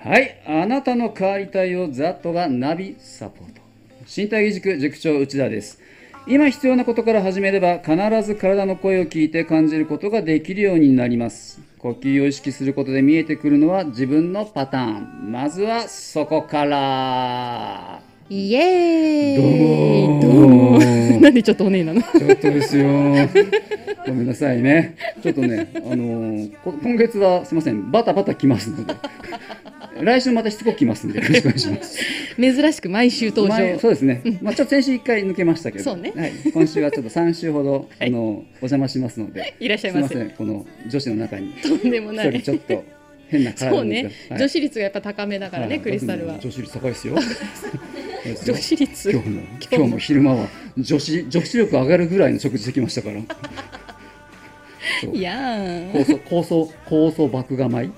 はいあなたの変わりたいをザットがナビサポート身体義塾塾長内田です今必要なことから始めれば必ず体の声を聞いて感じることができるようになります呼吸を意識することで見えてくるのは自分のパターンまずはそこからイエーイどうもーどうもなんでちょっとお姉なのちょっとですよ。 ごめんなさいね。ちょっとね、あのーこ今月はすいません、バタバタ来ますので。来週またしつこく来ますんで、よろしくお願いします。珍しく毎週登前場そうですね。まあ、ちょっと先週一回抜けましたけど。そうねはい、今週はちょっと三週 ほど、あの、お邪魔しますので。いらっしゃいすいまませせん、この女子の中に。とんでもな一人いちょっと変な体そうになねっ、てます女子率がやっぱ高めだからね、クリスタルは女子率高いですよ。 そうですよ女子率今日も今日も昼間は女子女子力上がるぐらいの食事できましたから。そういやー酵素酵素酵素麦芽米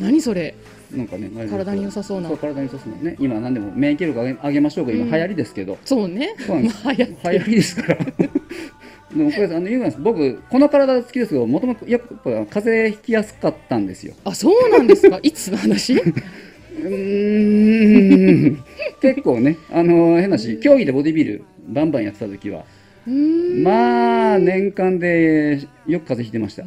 何それなんかねあれですけど体に良さそうなそう体に良さそうなね今何でも免疫力上げ上げましょうが今うん流行りですけど、そうねそうなんですまあ流行ってる流行りですから でもこれあの言うなんです僕この体好きですけどもともとやっぱ風邪ひきやすかったんですよあそうなんですかいつ の話うーん結構ねあの変なし競技でボディビルバンバンやってた時はうーんまあ年間でよく風邪ひいてました、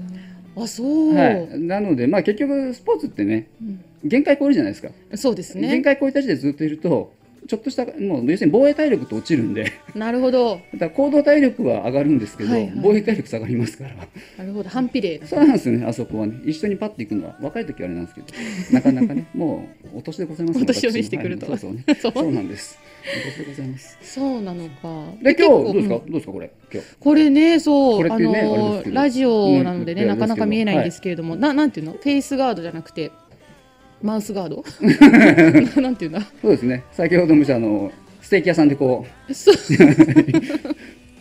あそう、はい、なのでまあ結局スポーツってねうん限界超えるじゃないですかそうです限ね界超えた時でずっといるとちょっとしたもう要するに防衛体力と落ちるんでなるほどだから行動体力は上がるんですけど、はいはい防衛体力下がりますからなるほど反比例だそうなんですよねあそこはね一緒にパッていくのは若い時はあれなんですけどなかなか ねもうお年でございますお年を私召してくるとはいそうそうねそうそうなんですお年でござい ますそうなのかで今日ど結構うですか、うんどうですかこれ今日これね、そう、これっあてねあれでのすけどラジオなのでね、うんなかなか見えないんですけれども、ななんていうの、フェイスガードじゃなくて、マウスガード ななんていうんだ、そうですね先ほどもしたあのステーキ屋さんでこそうう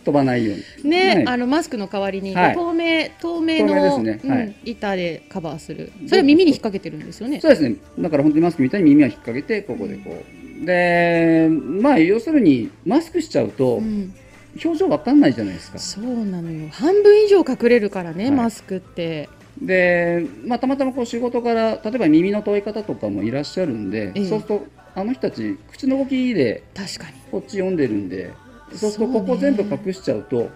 飛ばないようにね、はいあのマスクの代わりに、はい透明透明透の明ですねはいうん、板でカバーする、それは耳に引っ掛けてるんですよね。そうですね。だから本当にマスクみたいに耳は引っ掛けて、ここでこう。で、まあ、要するに、マスクしちゃうとう、ん、表情わかんないじゃないですか。そうなのよ半分以上隠れるからね、はいマスクってで、まあ、たまたまこう仕事から、例えば耳の遠い方とかもいらっしゃるんで、ええそうすると、あの人たち、口の動きで確かに、こっち読んでるんで、そうすそうると、ねここ全部隠しちゃうと、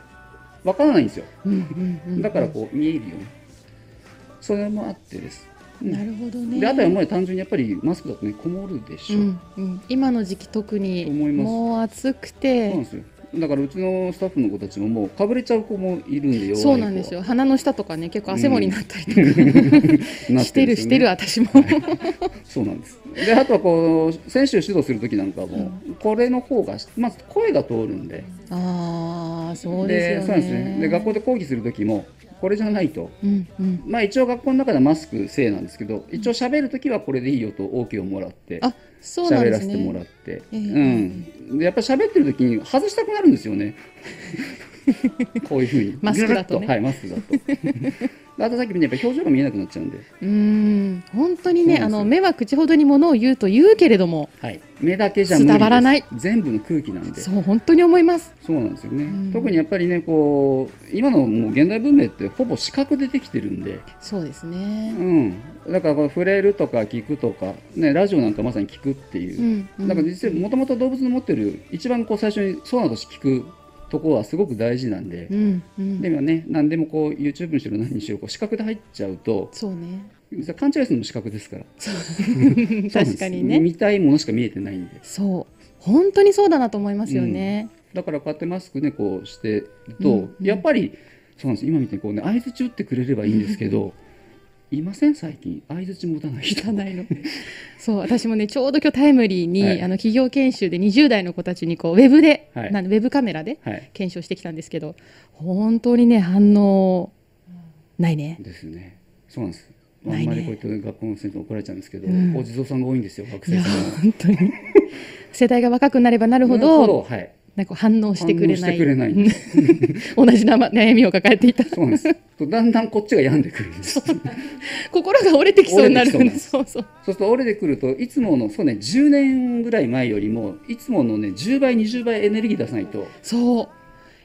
わからないんですよ。うんうんうんうんだからこう、見えるように。それもあってです。うんなるほどねで、あとはもう単純にやっぱりマスクだとね、こもるでしうょ。んうん、今の時期特にと思いますもう暑くそうてなんですよ。だからうちのスタッフの子たちももうかぶれちゃう子もいるんで弱い子そうなんですよ鼻の下とかね結構汗もりになったりとか、 なっしてるんですよねしてる私もそうなんですであとはこう選手指導する時なんかもこれの方がまず声が通るんでああそうですそうよなんねですねで学校で講義する時もこれじゃないとうんうんまあ一応学校の中ではマスクせいなんですけど一応喋る時はこれでいいよと OK をもらってあそうなん喋でらすせてもらっねて、ええうんでやっぱ喋ってる時に外したくなるんですよ ねこういうふうにマスクだとねぐるっはいマスクだとであとさっきみたいにやっぱ表情が見えなくなっちゃうんで、うーん本当にねそうなあんですよの目は口ほどにものを言うと言うけれどもはい、目だけじゃ無理です伝わらない全部の空気なんでそそう本当に思いますうなんですよね、うん特にやっぱりねこう今のもう現代文明ってほぼ視覚でできてるんで、そうですうねん、だからこう触れるとか聞くとか、ね、ラジオなんかまさに聞くっていうう、ん、うん、だから実際もともと動物の持ってる一番こう最初にそうなとし聞くところはすごく大事なんで、うんうんで今ね何でもこう YouTube にしろ何にしろこう視覚で入っちゃうとそうね実は勘違いするのも視覚ですからそうそうなんで確すかにね見たいものしか見えてないんでそう本当にそうだなと思いますよね、だからこうやってマスクねこうしてると、うんうんやっぱりそうなんです今みたいにこうね相槌打ってくれればいいんですけどいません最近相槌も打たない人 汚いのそう私もねちょうど今日タイムリーに、はいあの企業研修で20代の子たちにこうウェブで、はいなんウェブカメラではい検証してきたんですけど本当にね反応ないねですねそうなんですあないんまねりこうやって学校の先生に怒られちゃうんですけど、うんお地蔵さんが多いんですよ学い生やさんが。本当に世代が若くなればなるほどはい、なんか反応してくれ反応しないてくれないん 同じなま悩みを抱えていたそうなんです とだんだんこっちが病んでくるんです心が折れてきそうになるん折れでてきすそうそそううすると折れてくるといつものそうね10年ぐらい前よりもいつものね10倍20倍エネルギー出さないとそう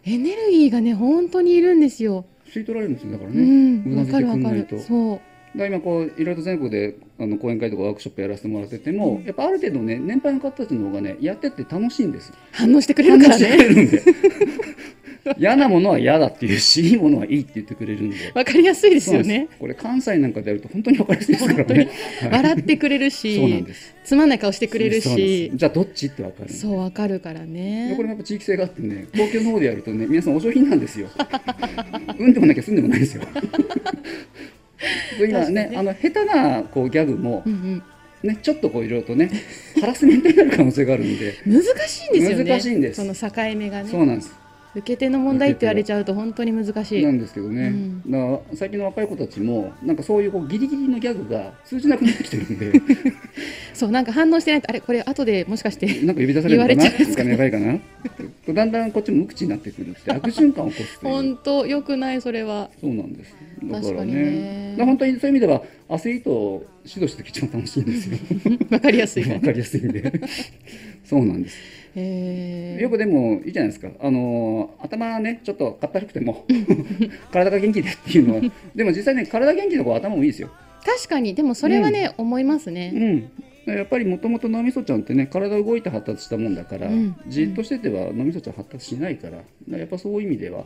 エネルギーがね本当にいるんですよ、吸い取られるんですよだからうね、んうなわずいかてるくわんかないるとそうだから今こういろいろと全国であの講演会とかワークショップやらせてもらってても、やっぱある程度ね年配の方たちの方がねやってって楽しいんですよ反応してくれるか反応らしてねくれるんで 嫌なものは嫌だっていうしいいものはいいって言ってくれるんでわかりやすいですよそうなんねですこれ関西なんかでやると本当に分かりやすいですからねはい笑ってくれるそうなんしですつまんない顔してくれるそうなんでしすじゃあどっちって分かるんでそうわかるからでねこれもやっぱ地域性があってね東京の方でやるとね皆さんお上品なんですようんでもなきゃすんでもない ですよで今ね確かにねあの下手なこうギャグもう、んね、ちょっとこういろいろとね ハラスメントになる可能性があるんで、うん、難しいんですよね難しいんですその境目がそうねなんです受け手の問題って言われちゃうと本当に難しいなんですけどね、うんだから最近の若い子たちもなんかそういうこうギリギリのギャグが通じなくなってきてるん でそうなんか反応してないとあれこれ後でもしかしてなんか呼び出されるのか言われなちゃうんですお金やばいかなってだんだんこっちも無口になってくるって悪循環を起こすという本当良くないそれはそうなんです。だか確らかねに。ねだから本当にそういう意味ではアスリートを指導してる時一番楽しいん ですよ。わかりやすいわかりやすいんで。そうなんです。えーよくでもいいじゃないですか。あのー頭ねちょっと硬くても 体が元気でっていうのは。でも実際ね体元気の子は頭もいいですよ。確かにでもそれはね、思いますうね、ん。やっぱりもともと脳みそちゃんってね体動いて発達したもんだから、うんじっとしてては脳みそちゃん発達しないからだからやっぱそういう意味では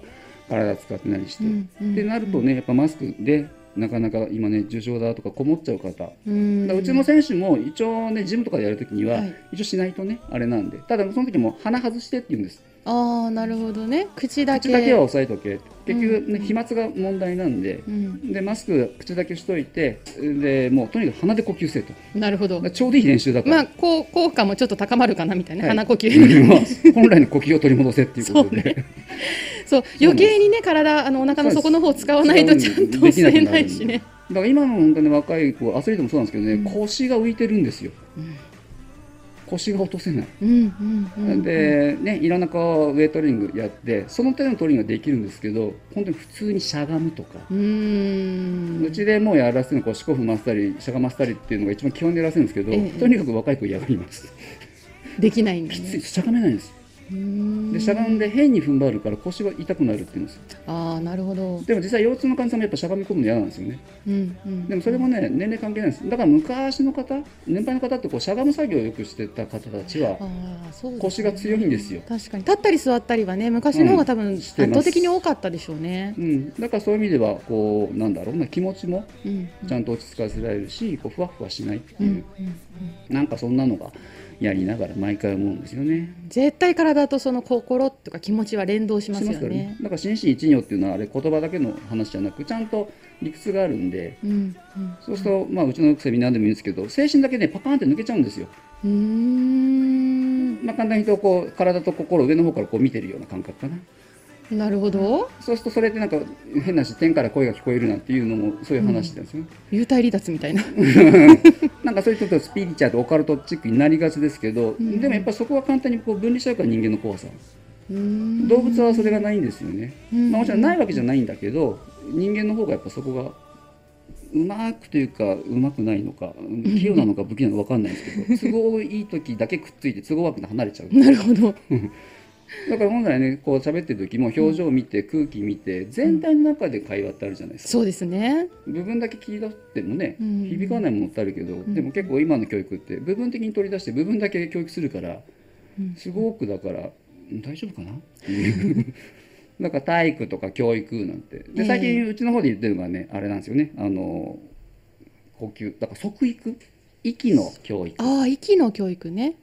体使って何して、うんうんってなるとね、やっぱマスクでなかなか今ね重症だとかこもっちゃう方、だかうんらうちの選手も一応ねジムとかでやるときには、はい一応しないとねあれなんでただその時も鼻外してって言うんですああなるほどね口だけ口だけは押さえとけ結局うんね、飛沫が問題なんでうん、でマスク口だけしといてでもうとにかく鼻で呼吸せとだかなるほどらちょうどいい練習だから、まあこう効果もちょっと高まるかなみたいな、はい鼻呼吸 本来の呼吸を取り戻せっていうことで、そうそう余計にね体あのお腹の底の方を使わないとちゃんとできな吸くえななるんいでしね だから今の本当に若い子アスリートもそうなんですけどね、うん腰が浮いてるんですようん腰が落とせないうんうんうんでね、いろんなこうウェイトリングやってその手のトレーニングができるんですけど本当に普通にしゃがむとか、うーんうちでもうやらせるのこう四股踏ませたりしゃがませたりっていうのが一番基本でやらせるんですけど、ええとにかく若い子嫌がりますできないんだきねついしゃがめないんですうーんでしゃがんで変に踏ん張るから腰が痛くなるっていうんですああなるほどでも実際腰痛の患者さんもやっぱしゃがみ込むの嫌なんですよねうんうんでもそれもね年齢関係ないんですだから昔の方年配の方ってこうしゃがむ作業をよくしてた方たちはああそうですね腰が強いんですよ確かに立ったり座ったりはね昔の方が多分うん圧してます倒的に多かったでしょうねう、ん、だからそういう意味ではこうなんだろうな気持ちもうんちゃんと落ち着かせられるし、こうふわふわしないってう、いうんうんなんかそんなのがやりながら毎回思うんですよね。絶対体とその心とか気持ちは連動しますよからね。だから心身一如っていうのはあれ言葉だけの話じゃなくちゃんと理屈があるんで。うんそうすると、まあ、うちのくせみんなでもいいんですけど精神だけねパカーンって抜けちゃうんですよ、うん、うーんまあ、簡単に言うとこう体と心を上の方からこう見てるような感覚かななるほどそうするとそれってなんか変なし天から声が聞こえるなんていうのもそういう話なんですよね、幽体離脱みたいななんかそういうちょっとスピリチュアルオカルトチックになりがちですけど、んでもやっぱりそこは簡単にこう分離しちゃうから人間の怖さ動動物はそれがないんですよね、うんまあ、もちろんないわけじゃないんだけど人間の方がやっぱそこがうまくというかうまくないのか器用なのか不器用なのか分かんないです けど都合いい時だけくっついて都合悪くて離れちゃうなるほどだから本来ねこう喋ってる時も表情見て空気見て全体の中で会話ってあるじゃないですかそうですね部分だけ切り取ってもねうん響かないものってあるけどんでも結構今の教育って部分的に取り出して部分だけ教育するからうんすごくだからうん大丈夫かなっていう なんか体育とか教育なんてえでえ最近うちの方で言ってるのがねあれなんですよねあの呼吸だから即育息の教育ああ息の教育ね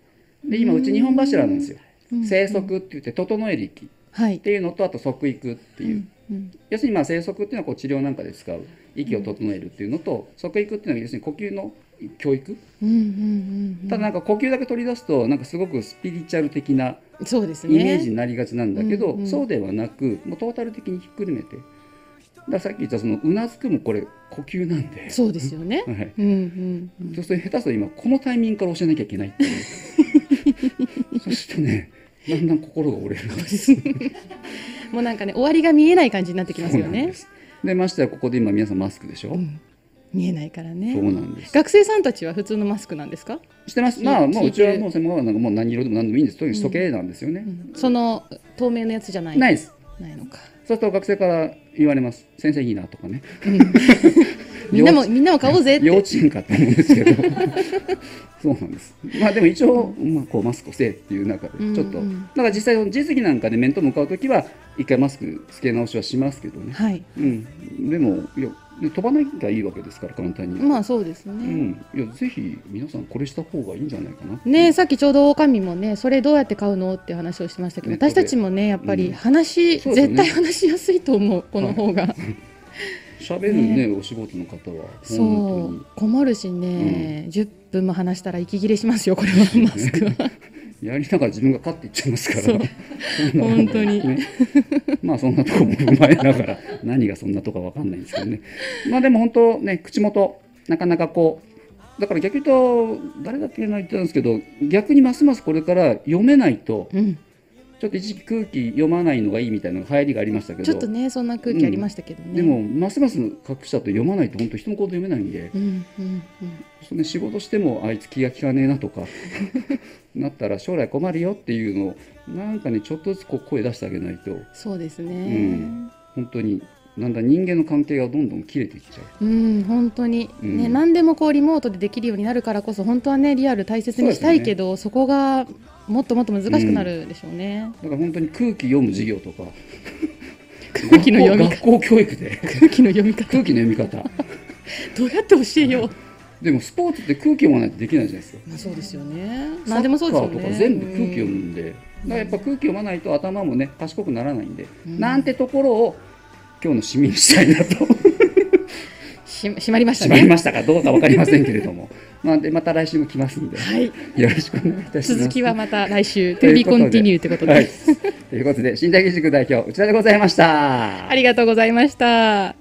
で今うち日本柱なんですようん生息って言って整える息っはいていうのとあと即育っていううん要するにまあ生息っていうのはこう治療なんかで使う息を整えるっていうのと即育っていうのは要するに呼吸の教育うんうんうんうんただなんか呼吸だけ取り出すとなんかすごくスピリチュアル的なそうですイねメージになりがちなんだけど、うんうんそうではなくもうトータル的にひっくるめてだからさっき言ったそのうなずくもこれ呼吸なんで、そうですよねはい、うんうんうんそうすると下手すると今このタイミングから教えなきゃいけないっていう そしてねだんだん心が折れるんですもうなんかね終わりが見えない感じになってきますよそうなんねですでましてはここで今皆さんマスクでしょ、うん見えないからそうねなんです学生さんたちは普通のマスクなんですか、してます。聞いまあ、もう聞ういちてるはもう専門家はなんかもう何色でも何でもいいんです。特に時計なんですよね。その透明のやつじゃないないです。ないのかそ うすると学生から言われます。先生いいなとかね。みんなもみんなも買おうぜって幼稚園かと思うんですけど そうなんですまあでも一応、まあ、こうマスクをせえっていう中でうんちょっと、うんだから実際その実技なんかで面と向かう時は一回マスク付け直しはしますけどね、はいうん、でもいやね飛ばないがいいわけですから簡単に、まあそうですうね、ん、いやぜひ皆さんこれした方がいいんじゃないかなねさっきちょうど狼もねそれどうやって買うのって話をしてましたけどネットで私たちもねやっぱうんり話、そうですね絶対話しやすいと思うこの方が、喋るねお仕事の方はそ本う困るしね、10分も話したら息切れしますよこれはマスクは当にやりながら自分が勝っていっちゃいますからそうそんな本当にねまあそんなとこも踏まえながら 何がそんなとこかわかんないんですけどねまあでも本当ね口元なかなかこうだから逆に言うと誰だっけな言ってたんですけど逆にますますこれから読めないと うんちょっと一時期空気読まないのがいいみたいな流行りがありましたけどちょっとねそんな空気ありましたけどね、でもますます隠したと読まないと本当人の行動読めないんでうんうんうんその仕事してもあいつ気が利かねえな とかなったら将来困るよっていうのをなんかねちょっとずつこう声出してあげないとそうですね、うん本当にだんだん人間の関係がどんどん切れていっちゃううん、本当に、うんね、何でもこうリモートでできるようになるからこそ、本当はね、リアル大切にしたいけど、そ,、こがもっともっと難しくなるでしょうね。だから本当に空気読む授業とか 空気の読み学方、校学校教育で空気の読み方、空気の読み方どうやって教えよう。でもスポーツって空気読まないとできないじゃないですかまあ、そうですよね。何でもそうですよサッカーとね。か全部空気読むんで、だからやっぱ空気読まないと頭もね賢くならないんで、うんなんてところを今日の締めにしたいなとし、閉まりましたしまいね。ましたかどうかわかりませんけれど も、まあ、でまた来週も来ますんで、はい、よろしくお願いいたします。続きはまた来週、とトゥいビうことコでンティニューということで、はい、ということで、新大義塾代表、内田でございました。ありがとうございました。